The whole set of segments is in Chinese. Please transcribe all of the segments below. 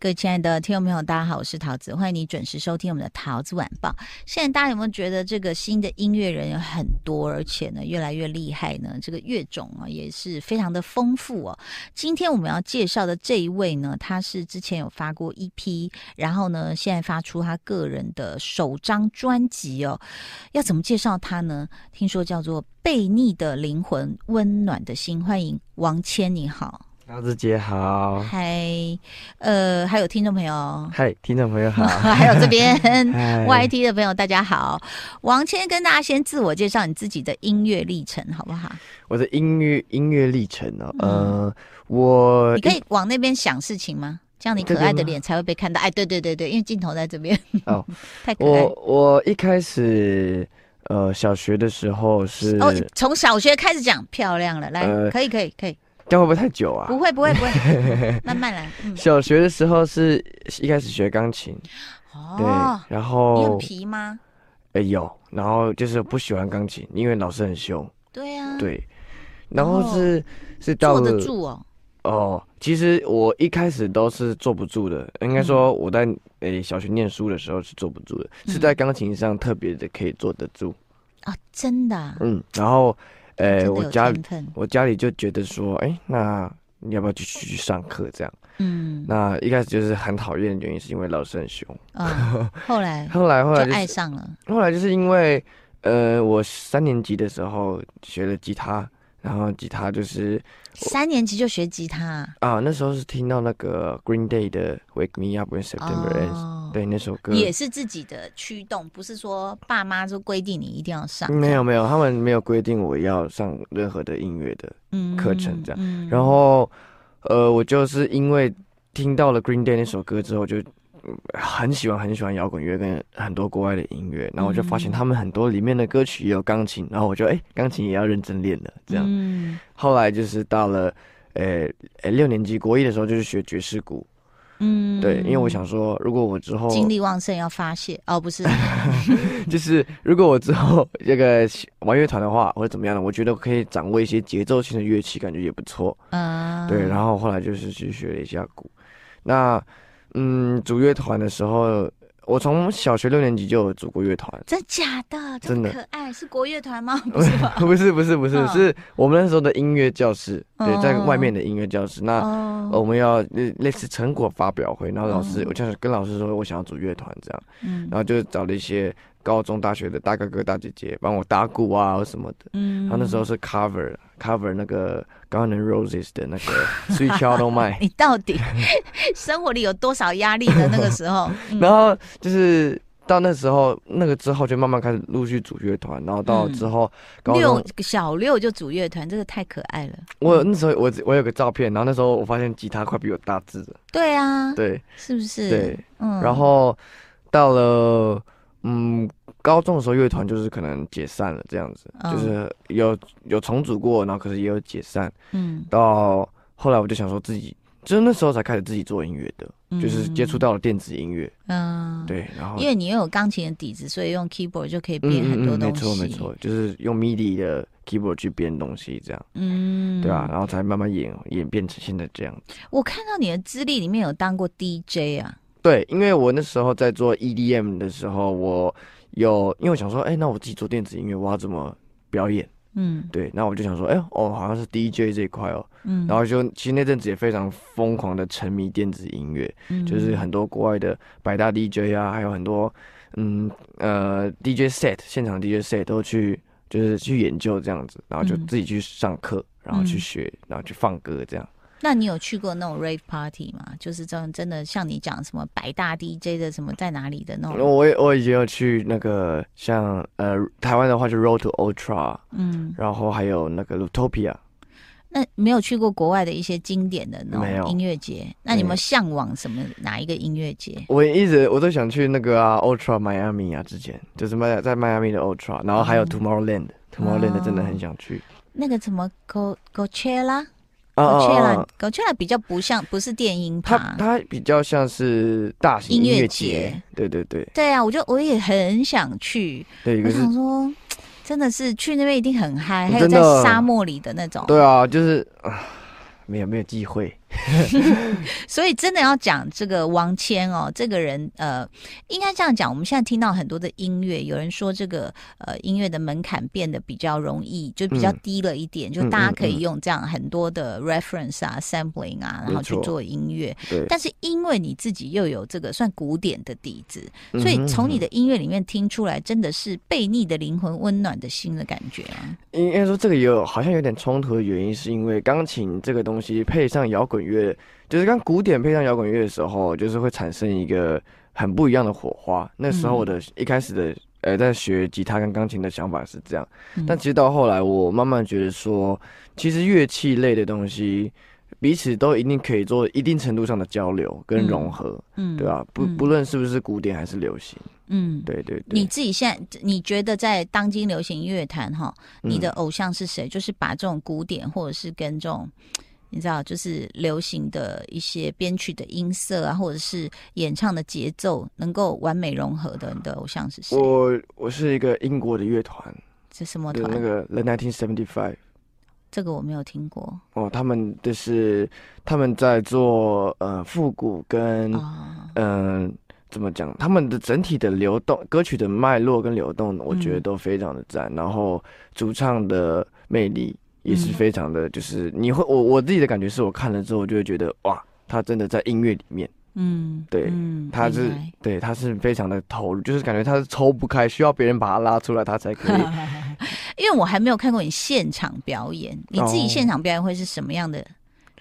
各位亲爱的听众朋友，大家好，我是桃子，欢迎你准时收听我们的桃子晚报。现在大家有没有觉得这个新的音乐人有很多，而且呢越来越厉害呢？这个乐种啊也是非常的丰富哦。今天我们要介绍的这一位呢，他是之前有发过 EP，然后呢现在发出他个人的首张专辑哦。要怎么介绍他呢？听说叫做《悖逆的灵魂，温暖的心》。欢迎王谦，你好。桃子姐 好，嗨，呃，还有听众朋友，嗨，听众朋 友好，还有这边 嗨 YT 的朋友，大家好。王谦跟大家先自我介绍你自己的音乐历程，好不好？我的音乐音乐历程哦，呃，我嗯你可以往那边想事情吗？这样你可爱的脸才会被看到。哎，对对对对，因为镜头在这边，哦， 太可爱我了。我一开始呃小学的时候是，哦，从小学开始讲，漂亮了，来，呃可以可以可以，这样会不会太久啊不？会不会不 会，慢慢来，嗯，小学的时候是一开始学钢琴，对哦，，然你很后皮吗？呃有，然后就是不喜欢钢琴，因为老师很凶，对啊，，哦对，然后然后是是到哦坐了得住哦，哦，其实我一开始都是坐不住的，应该说嗯我在诶、小学念书的时候是坐不住的，是在钢琴上特别的可以坐得住。啊，真的啊，嗯，然后哎诶、真的我有家天分，我家里就觉得说，诶、那你要不要继续去上课？这样，嗯那一开始就是很讨厌的原因是因为老师很凶， 啊，后来后来后来就就爱是上了，后来就是因为呃我三年级的时候学了吉他，然后吉他就是三年级就学吉他啊，啊那时候是听到那个 Green Day 的 Wake Me Up When September Ends。哦，对那首歌也是自己的驱动，不是说爸妈就规定你一定要上，嗯没有没有，他们没有规定我要上任何的音乐的。嗯课程这样样然后，呃，我就是因为听到了 Green Day 那首歌之后，就嗯很喜欢很喜欢摇滚乐跟很多国外的音乐，然后我就发现嗯他们很多里面的歌曲也有钢琴，然后我就哎，钢琴也要认真练了这样。嗯后来就是到了。呃，呃六年级国一的时候就是学爵士鼓，嗯对，因为我想说，如果我之后精力旺盛要发泄，哦，不 是，就是如果我之后这个玩乐团的话，或者怎么样的，我觉得可以掌握一些节奏性的乐器，感觉也不错。嗯，对，然后后来就是去学了一下鼓。那嗯，组乐团的时候，我从小学六年级就有组过乐团。真假的，这真么的可爱，是国乐团吗？不是吧？ 不是不是不是嗯，是我们那时候的音乐教室，对哦，在外面的音乐教室。那哦，嗯我们要类类似成果发表会，然后老师哦，我就是跟老师说我想要组乐团这样，嗯然后就找了一些高中、大学的大哥哥、大姐姐帮我打鼓啊什么的。嗯然后那时候是 cover cover 那个 Guns N' Roses 的 那个 Sweet Child O' Mine，你到底 生活里有多少压力的那个时候？嗯然后就是到那时候那个之后就慢慢开始陆续组乐团，然后到之后 高中、嗯六小六就组乐团，这个太可爱了。我那时候我我有个照片，然后那时候我发现吉他快比我大只了，对啊，对是不是？对，嗯然后到了嗯高中的时候乐团就是可能解散了这样子，嗯就是有有重组过，然后可是也有解散，嗯，到后来我就想说自己。就是那时候才开始自己做音乐的，就是接触到了电子音乐，嗯，对，然后因为你又有钢琴的底子，所以用 keyboard 就可以嗯编很多嗯嗯，没东西。错没，错，就是用 MIDI 的 keyboard 去编东西，这样嗯，对啊，然后才慢慢演演变成现在这样。我看到你的资历里面有当过 DJ 啊，对，因为我那时候在做 EDM 的时候，我有因为我想说，哎、那我自己做电子音乐，我要怎么表演？嗯对，那我就想说，哎、哦，好像是 DJ 这一块哦，嗯，然后就其实那阵子也非常疯狂的沉迷电子音乐，嗯就是很多国外的百大 DJ 啊，还有很多嗯呃 DJ set 现场 DJ set 都去就是去研究这样子，然后就嗯自己去上课，然后去嗯学，然后去放歌这样。那你有去过那种 rave party 吗？就是这种真的像你讲什么百大 DJ 的什么在哪里的那然后种，我也我也有去那个像呃台湾的话就 Road to Ultra，嗯，然后还有那个 Lutopia，那没有去过国外的一些经典的那没有种音乐节，那你有没有没有向往什么哪一个音乐节？我一直我都想去那个啊 Ultra Miami 啊，之前就是迈在迈阿密的 Ultra，然后还有哦 Tomorrowland。Tomorrowland 真的哦很想去，那个什么 Go Coachella。啊哦啊啊啊 Coachella Coachella 比较不像，不是电音它趴。它比较像是大啊型音乐音节乐节，对对对对啊，我就我也很想去，对，一我个是，想说，真的是去那边一定很嗨，还有真在的沙漠里的那种。对啊，就是啊，没有没有机会，所以真的要讲这个王谦哦，这个人呃，应该这样讲。我们现在听到很多的音乐，有人说这个呃音乐的门槛变得比较容易，就比较嗯低了一点，就大家可以用这样很多的 reference 啊、sampling 啊，然后去没错做音乐。对，但是因为你自己又有这个算古典的底子，嗯所以从你的音乐里面听出来，真的是悖逆的灵魂、温暖的心的感觉啊。应该说这个也有好像有点冲突的原因，是因为钢琴这个东西配上摇滚乐，就是刚古典配上摇滚乐的时候，就是会产生一个很不一样的火花。那时候我嗯的一开始的呃，在学吉他跟钢琴的想法是这样，嗯但其实到后来，我慢慢觉得说，其实乐器类的东西。彼此都一定可以做一定程度上的交流跟融合，嗯对吧、不不论是不是古典还是流行，嗯，对对对。你自己现在你觉得在当今流行乐坛哈，嗯你的偶像是谁？就是把这种古典或者是跟这种。你知道，就是流行的一些编曲的音色啊，或者是演唱的节奏，能够完美融合的，你的偶像是谁？我我是一个英国的乐团，这什么就是团？那个 The 1975。这个我没有听过哦，他们就是他们在做呃复古跟嗯、啊。怎么讲，他们的整体的流动歌曲的脉络跟流动，我觉得嗯都非常的赞。然后主唱的魅力也是嗯非常的，就是你会我我自己的感觉是我看了之后就会觉得哇，他真的在音乐里面，嗯，对嗯他是明白对他是非常的投入，就是感觉他是抽不开，需要别人把他拉出来，他 才可以因为我还没有看过你现场表演，你自己哦现场表演会是什么样的？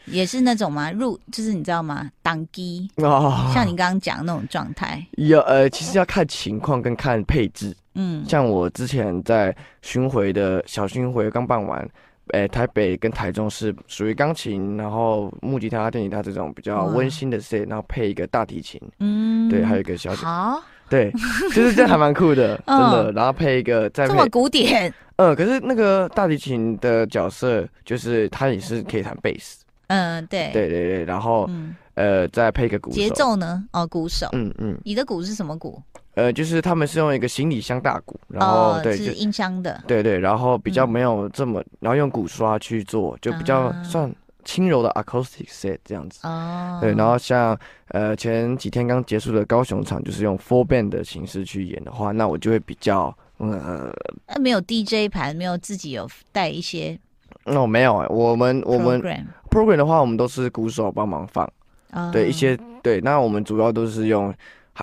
也是那种吗？入就是你知道吗？挡机，啊。像你刚刚讲的那种状态，要呃，其实要看情况跟看配置。嗯，像我之前在巡回的小巡回刚办完，诶、台北跟台中是属于钢琴，然后木吉他、电吉他这种比较哇温馨的 set，然后配一个大提琴，嗯，对，还有一个小，好，嗯对，就是这还蛮 酷的，真的。然后配一个再这配么，古典，嗯，可是那个大提琴的角色就是他也是可以弹贝斯，嗯，对，对对对，然后嗯，呃再配一个鼓手，节，奏呢？哦，鼓手，嗯嗯，你的鼓是什么鼓？呃，就是他们是用一个行李箱大鼓，然后哦，对，就是音箱的，对对，然后比较嗯没有这么，然后用鼓刷去做，就比较啊算轻柔的 acoustic set 这样子。哦，对，然后像呃前几天刚结束的高雄场，就是用 four band 的形式去演的话，那我就会比较嗯呃，那没有 DJ 盘，没有自己有带一些那、我没有、欸，我们我们 program， program 的话，我们都是鼓手帮忙放，哦对一，些对，那我们主要都是用，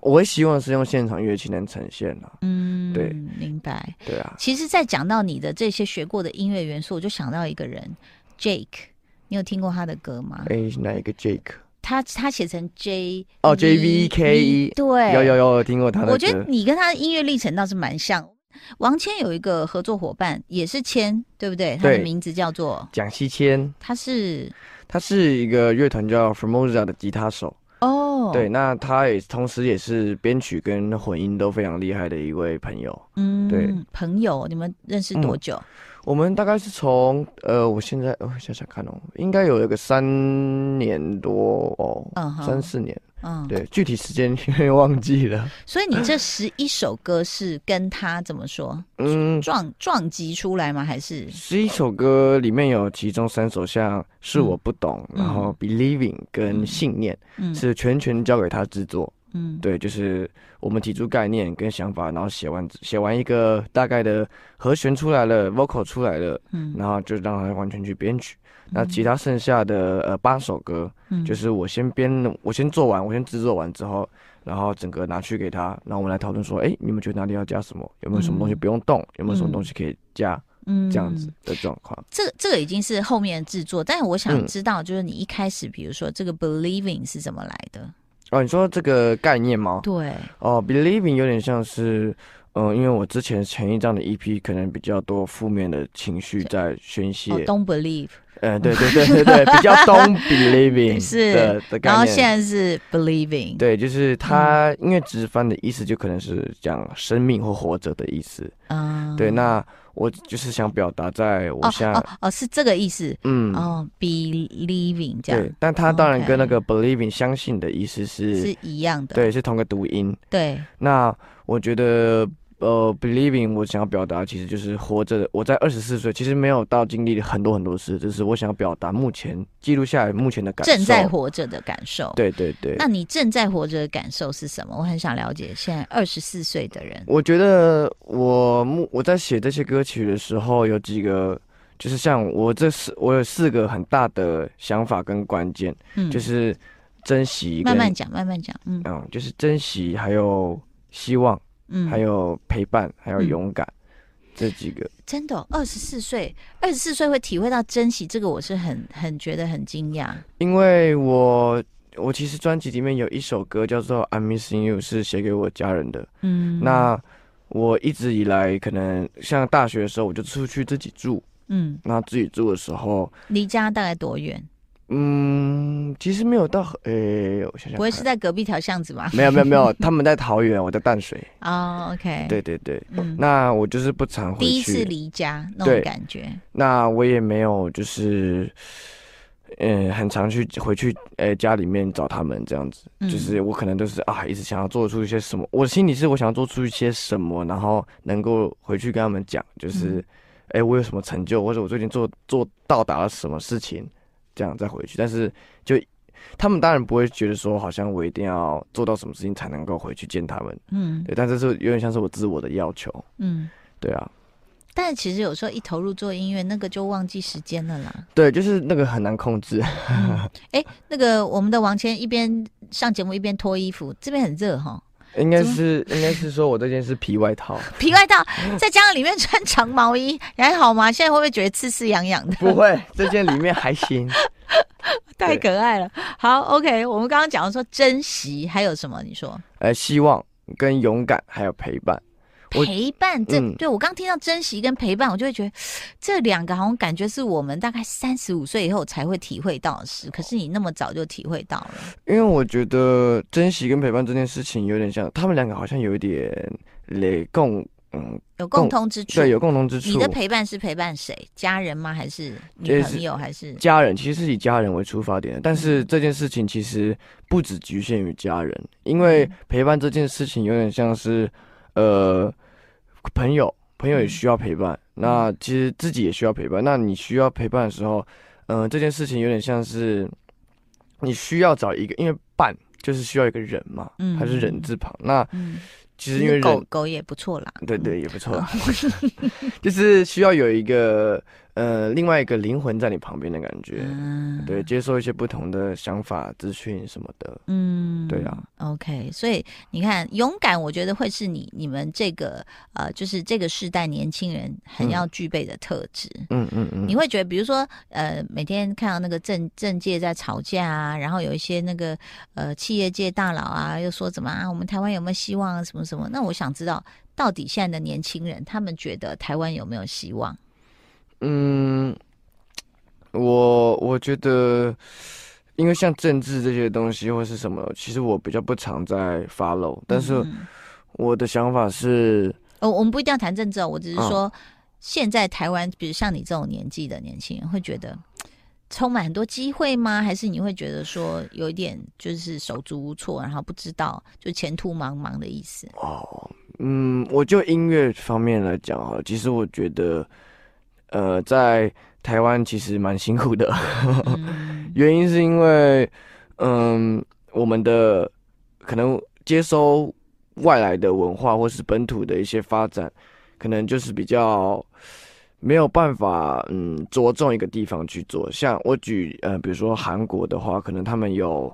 我会希望是用现场乐器能呈现啊，嗯，对明白。对啊，其实，在讲到你的这些学过的音乐元素，我就想到一个人，Jake。你有听过他的歌吗？哎、哪一个 Jake？他他写成 J 哦，JVKE 对，E 有有有，有听过他的歌，我觉得你跟他的音乐历程倒是蛮像。王谦有一个合作伙伴，也是谦，对不对？他的对名字叫做，蒋西谦。他是他是一个乐团叫 Formosa 的吉他手，哦，对，，那他也同时也是编曲跟混音都非常厉害的一位朋友。嗯，对，朋友，你们认识多久？我们大概是从呃，我现在我想想看哦，应该有一个三年多哦，嗯哼，三四年，嗯，对，具体时间因为忘记了。 所以你这十一首歌是跟他怎么说嗯，撞撞击出来吗？还是十一首歌里面有其中三首像是我不懂，嗯然后 Believing 跟嗯信念嗯是全权交给他制作。嗯对，就是我们提出概念跟想法，然后写完写完一个大概的和弦出来了，vocal 出来了，嗯，然后就让他完全去编曲。那其他剩下的呃八首歌，嗯就是我先编，我先做完，我先制作完之后，然后整个拿去给他，然后我们来讨论说，哎，你们觉得哪里要加什么？有没有什么东西嗯不用动？有没有什么嗯东西可以加？嗯这样子的状况。这个这个已经是后面的制作，但是我想嗯知道，就是你一开始，比如说这个 believing 是怎么来的？哦，你说这个概念吗？对，哦，Believing 有点像是，嗯、因为我之前前一张的 EP 可能比较多负面的情绪在宣泄哦，，Don't believe，嗯、对对对对对，比较 Don't Believing 是的的概念。然后现嗯在是 believing，对，就是它，因为直翻的意思就可能是讲生命或活着的意思。嗯，对，那我就是想表达，在我哦现在，哦哦，是这个意思，嗯，哦，believing 这对样，但它当然跟那 OK 个 Believing 相信的意思是，是一样的，对，是同个读音。对，那我觉得呃，believing 我想要表达其实就是活着的。我在二十四岁，其实没有到经历很多很多事，就是我想要表达目前记录下来目前的感受。正在活着的感受。对对对。那你正在活着的感受是什么？我很想了解。现在二十四岁的人，我觉得我目我在写这些歌曲的时候，有几个就是像我这四，我有四个很大的想法跟关键，嗯就是珍惜跟，慢慢讲，慢慢讲。嗯嗯，就是珍惜，还有希望，嗯，还有陪伴，还有嗯勇敢、这几个。真的哦二十四岁，二十四岁会体会到珍惜，这个我是很很觉得很惊讶。因为我我其实专辑里面有一首歌叫做《I'm Missing You》，是写给我家人的。嗯，那我一直以来，可能像大学的时候，我就出去自己住。嗯，那自己住的时候，离家大概多远？嗯，其实没有到，诶、我想想看，不会是在隔壁条巷子吧？没有没有 没有，他们在桃园，我在淡水。哦，OK， 对，对对，嗯，那我就是不常回去。第一次离家那种对感觉，那我也没有就是，嗯，很常去回去呃、家里面找他们这样子，嗯就是我可能都是啊，一直想要做出一些什么，我心里是我想要做出一些什么，然后能够回去跟他们讲，就是嗯，哎、我有什么成就，或者我最近做做到达了什么事情，这样再回去，但是就。他们当然不会觉得说，好像我一定要做到什么事情才能够回去见他们，嗯对，但这是有点像是我自我的要求，嗯。对啊，但其实有时候一投入做音乐，那个就忘记时间了 啦。对，就是那个很难控制，哎、诶那个我们的王谦一边上节目一边脱衣服，这边很热哈，应该怎么是应该是说我这件是皮 外套，皮 外套再加上里面穿长毛衣，你还好吗？现在会不会觉得刺刺痒痒的？ 不会，这件里面还行。太对可爱了。好，OK，我们刚刚讲到说珍惜，还有什么？你说呃，希望跟勇敢还有陪伴，我陪伴这、嗯对我刚听到珍惜跟陪伴，我就会觉得这两个好像感觉是我们大概三十五岁以后才会体会到的事，可是你那么早就体会到了。因为我觉得珍惜跟陪伴这件事情有点像，他们两个好像有一点雷共，嗯，有共共通之处，对，有共同之你处的。陪伴是陪伴谁？家人吗？还是女就是朋友？还是家人其实是以家人为出发点的，但嗯是这件事情其实不只局限于家人，因为嗯陪伴这件事情有点像是，呃，朋友，朋友也嗯需要陪伴。那其实自己也需要陪伴。那你需要陪伴的时候，嗯、这件事情有点像是你需要找一个，因为伴就是需要一个人嘛，嗯它是人字旁。那嗯，其实因为人，狗狗也不错啦。对对也不错，嗯 就是需要有一个呃另外一个灵魂在你旁边的感觉。嗯，对，接受一些不同的想法、资讯什么的。嗯，对啊。 OK，所以你看，勇敢，我觉得会是你你们这个呃，就是这个世代年轻人很要具备的特质。嗯嗯嗯，你会觉得，比如说，呃，每天看到那个政政界在吵架啊，然后有一些那个呃企业界大佬啊，又说怎么啊，我们台湾有没有希望啊，什么什么？那我想知道，到底现在的年轻人他们觉得台湾有没有希望？嗯，我我觉得，因为像政治这些东西或是什么，其实我比较不常在 follow，但是嗯我的想法是，哦，我们不一定要谈政治哦，我只是嗯说，现在台湾，比如像你这种年纪的年轻人，会觉得充满很多机会吗？还是你会觉得说有一点就是手足无措，然后不知道就前途茫茫的意思？哦，嗯，我就音乐方面来讲好了，其实我觉得，呃，在台湾其实蛮辛苦的， 嗯原因是因为，嗯，我们的可能接收外来的文化或是本土的一些发展，可能就是比较没有办法，嗯，着重一个地方去做。像我举呃，比如说韩国的话，可能他们有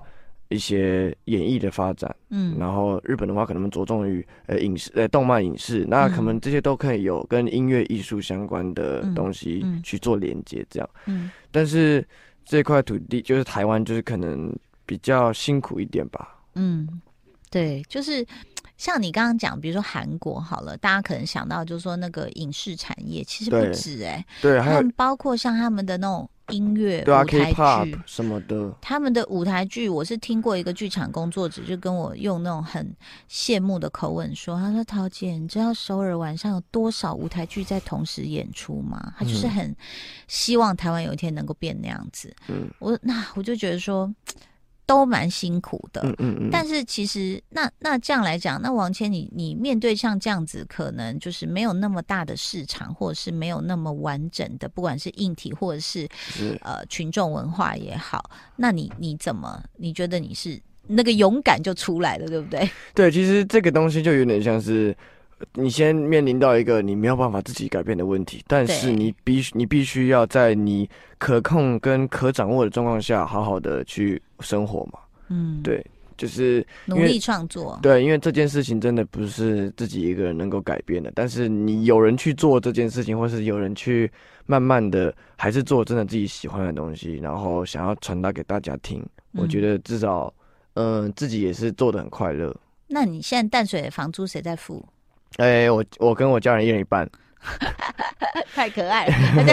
一些演艺的发展，嗯然后日本的话，可能着重于呃影视、呃动漫、影视，那可能这些都可以有跟音乐艺术相关的嗯东西嗯去做连接，这样。嗯但是这块土地就是台湾，就是可能比较辛苦一点吧。嗯，对，就是像你刚刚讲，比如说韩国好了，大家可能想到就是说那个影视产业，其实不对止哎、对，还他有们包括像他们的那种音乐、对啊舞台剧，K-pop。什么的，他们的舞台剧，我是听过一个剧场工作者就跟我用那种很羡慕的口吻说：“他说桃姐，你知道首尔晚上有多少舞台剧在同时演出吗？”他就是嗯很希望台湾有一天能够变那样子。嗯我那我就觉得说，都蛮辛苦的。嗯嗯嗯，但是其实，那那这样来讲，那王谦你，你面对像这样子，可能就是没有那么大的市场，或者是没有那么完整的，不管是硬体或者是是呃群众文化也好，那你你怎么？你觉得你是那个勇敢就出来了，对不对？对，其实这个东西就有点像是。你先面临到一个你没有办法自己改变的问题，但是对你必须你必须要在你可控跟可掌握的状况下，好好的去生活嘛。嗯，对，就是努因为力创作，对，因为这件事情真的不是自己一个人能够改变的，但是你有人去做这件事情，或是有人去慢慢的还是做真的自己喜欢的东西，然后想要传达给大家听，我嗯觉得至少，嗯、自己也是做的很快乐。那你现在淡水的房租谁在付？哎、我我跟我家人一人一半，太可 爱 了。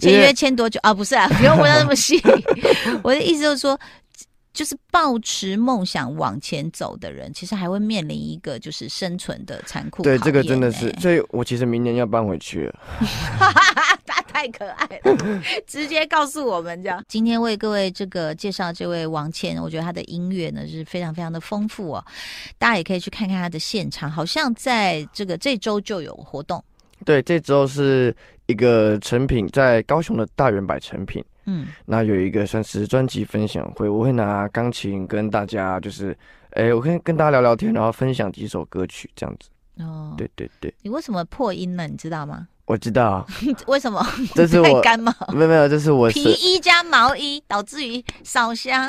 签约签多久啊？不是啊，不用问到那么细。 我的意思就是说，就是抱持梦想往前走的人，其实还会面临一个就是生存的残酷考对验欸。这个真的是，所以我其实明年要搬回去了。他太可爱了， 直接告诉我们这样。今天为各位这个介绍这位王倩，我觉得她的音乐呢是非常非常的丰富哦，大家也可以去看看她的现场，好像在这个这周就有活动。对，这周是一个成品在高雄的大圆百成品。嗯，那有一个算是专辑分享会，我会拿钢琴跟大家就是，诶，我跟跟大家聊聊天，然后分享几首歌曲这样子。哦，对对对，你为什么破音了？你知道吗？ 我知道，为什么？这是太我干嘛？没有没有，这是我皮声，衣加毛衣导致于烧 香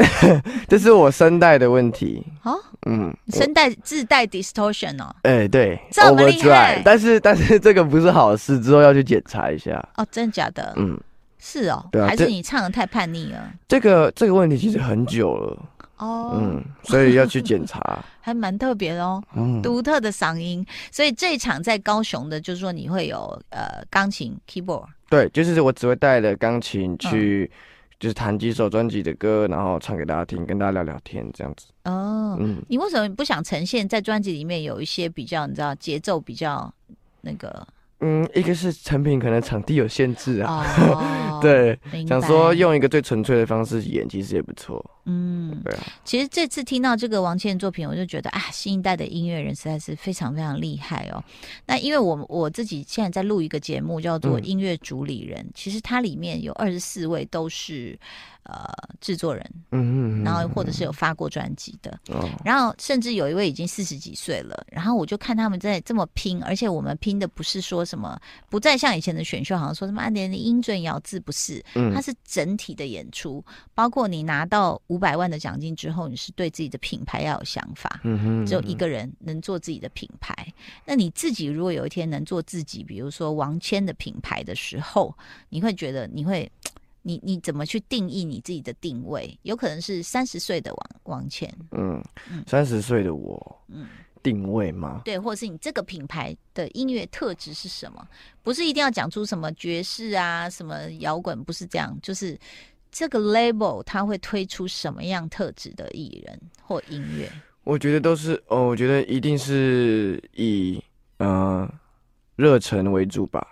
这是我声带的问题。哦，嗯，声带自带 distortion 哦，哎、对这么厉害，overdrive，但是但是 这个不是好事，之后要去检查一下。哦，真的假的？嗯，是哦，对啊还是这你唱的太叛逆了？这个这个问题其实很久了，哦，嗯，所以要去 检查。还蛮特别的哦，嗯，独特的嗓音。所以这一场在高雄的，就是说你会有呃钢琴、keyboard，对，就是我只会带着钢嗯琴去，就是弹几首专辑的歌，然后唱给大家听，跟大家聊聊天这样子。哦，嗯，你为什么不想呈现在专辑里面有一些比较你知道节奏比较那个嗯，一个是成品可能场地有限制啊，，哦 对，明白，想说用一个最纯粹的方式演，其实也不错。嗯。对啊，其实这次听到这个王倩的作品，我就觉得啊，新一代的音乐人实在是非常非常厉害哦。那因为我我自己现在在录一个节目，叫做《嗯音乐主理人》，其实它里面有二十四位都是呃制作人，嗯嗯嗯，然后或者是有发过专辑的，哦，然后甚至有一位已经四十几岁了。然后我就看他们在这么拼，而且我们拼的不是说什么，不再像以前的选秀，好像说什么啊，连音准咬字不是，它嗯，是整体的演出，包括你拿到五百万的奖金之后，你是对自己的品牌要有想法。嗯哼只有一，个人能做自己的品牌，那你自己如果有一天能做自己，比如说王谦的品牌的时候，你会觉得你会，你你怎么去定义你自己的定位？有可能是三十岁的王王谦，嗯嗯，三十岁的我嗯，定位吗？对，或者是你这个品牌的音乐特质是什么？不是一定要讲出什么爵士啊、什么摇滚，不是这样，就是这个 label 它会推出什么样特质的艺人或音乐？我觉得都是，哦，我觉得一定是以嗯热忱为主吧。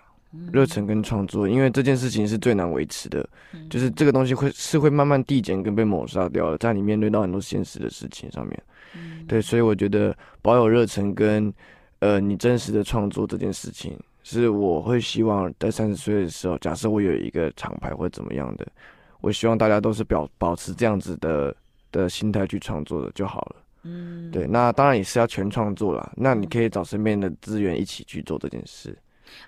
热忱跟创作，因为这件事情是最难维持的，嗯就是这个东西会是会慢慢递减跟被抹杀掉的，在你面对到很多现实的事情上面，嗯对，所以我觉得保有热忱跟呃你真实的创作这件事情，是我会希望在三十岁的时候，假设我有一个厂牌或怎么样的，我希望大家都是表保持这样子的的心态去创作的就好了。嗯，对，那当然也是要全创作啦，那你可以找身边的资源一起去做这件事。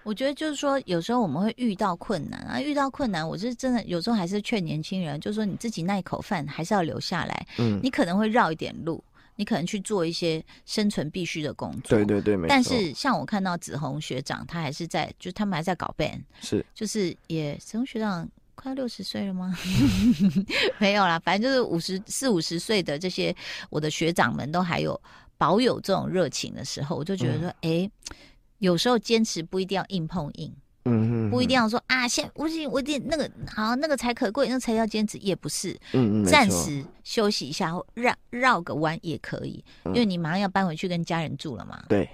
我觉得就是说，有时候我们会遇到困难啊，遇到困难，我是真的有时候还是劝年轻人，就是说你自己那一口饭还是要留下来，嗯，你可能会绕一点路，你可能去做一些生存必须的工作。对对对，没错，但是像我看到子红学长，他还是在，就是他们还在搞 band，是。就是也子红学长快六十岁了吗？ 没有啦，反正就是五十四五十岁的这些我的学长们都还有保有这种热情的时候，我就觉得说，哎、有时候坚持不一定要硬碰硬，嗯不一定要，要说啊，现我已我一定那个好，那个才可贵，那个才叫坚持，也不是。嗯嗯，没暂错，时休息一下，或绕绕个弯也可以，因嗯为你马上要搬回去跟家人住了嘛。对。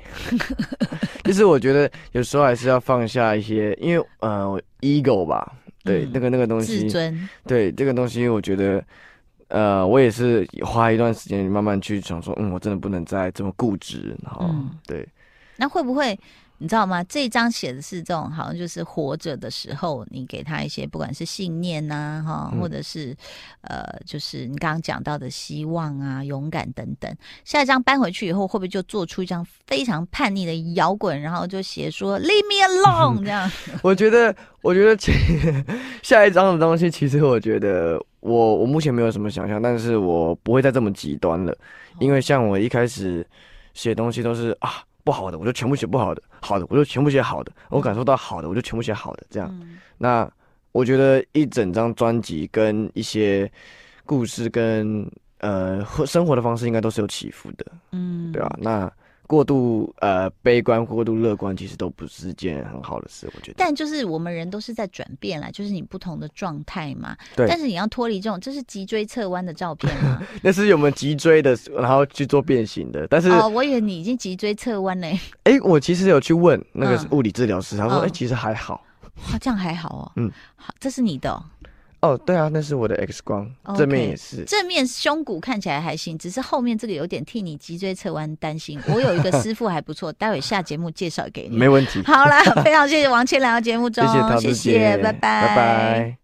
就是我觉得有时候还是要放下一些，因为呃我，ego 吧，对，嗯那个那个东自西，尊，对这个东西，我觉得，呃，我也是花一段时间慢慢去想说，嗯，我真的不能再这么固执，然后、嗯对，那会不会你知道吗？这一章写的是这种，好像就是活着的时候，你给他一些不管是信念呐、哈、嗯或者是呃，就是你刚刚讲到的希望啊、勇敢等等。下一章搬回去以后，会不会就做出一张非常叛逆的摇滚，然后就写说 “Leave me alone” 这样？我觉得，我觉得 其下一章的东西，其实我觉得我我目前没有什么想象，但是我不会再这么极端了， 哦因为像我一开始写东西都是啊不好的，我就全部写不好的；好的，我就全部写好的。我感受到好的，我就全部写好的。这样，嗯那我觉得一整张专辑跟一些故事跟呃和生活的方式，应该都是有起伏的。嗯对啊，那过度呃悲观、过度乐观，其实都不是件很好的事，我觉得。但就是我们人都是在转变啦，就是你不同的状态嘛。对但是你要脱离这种，这是脊椎侧弯的照片吗？那是我们脊椎的，然后去做变形的。 但是，哎、哦，我以为你已经脊椎侧弯嘞，我其实有去问那个嗯物理治疗师，他说，嗯哎、其实还好。哇，这样还好哦。嗯，好，这是你的、哦。哦，对啊，那是我的 X 光 OK 正面也是。正面胸骨看起来还行，只是后面这个有点替你脊椎侧弯担心。我有一个师傅还不错，待会下节目介绍给你。 没问题。 好啦，非常谢谢王千良的节目中，谢谢陶子姐，谢谢，拜拜拜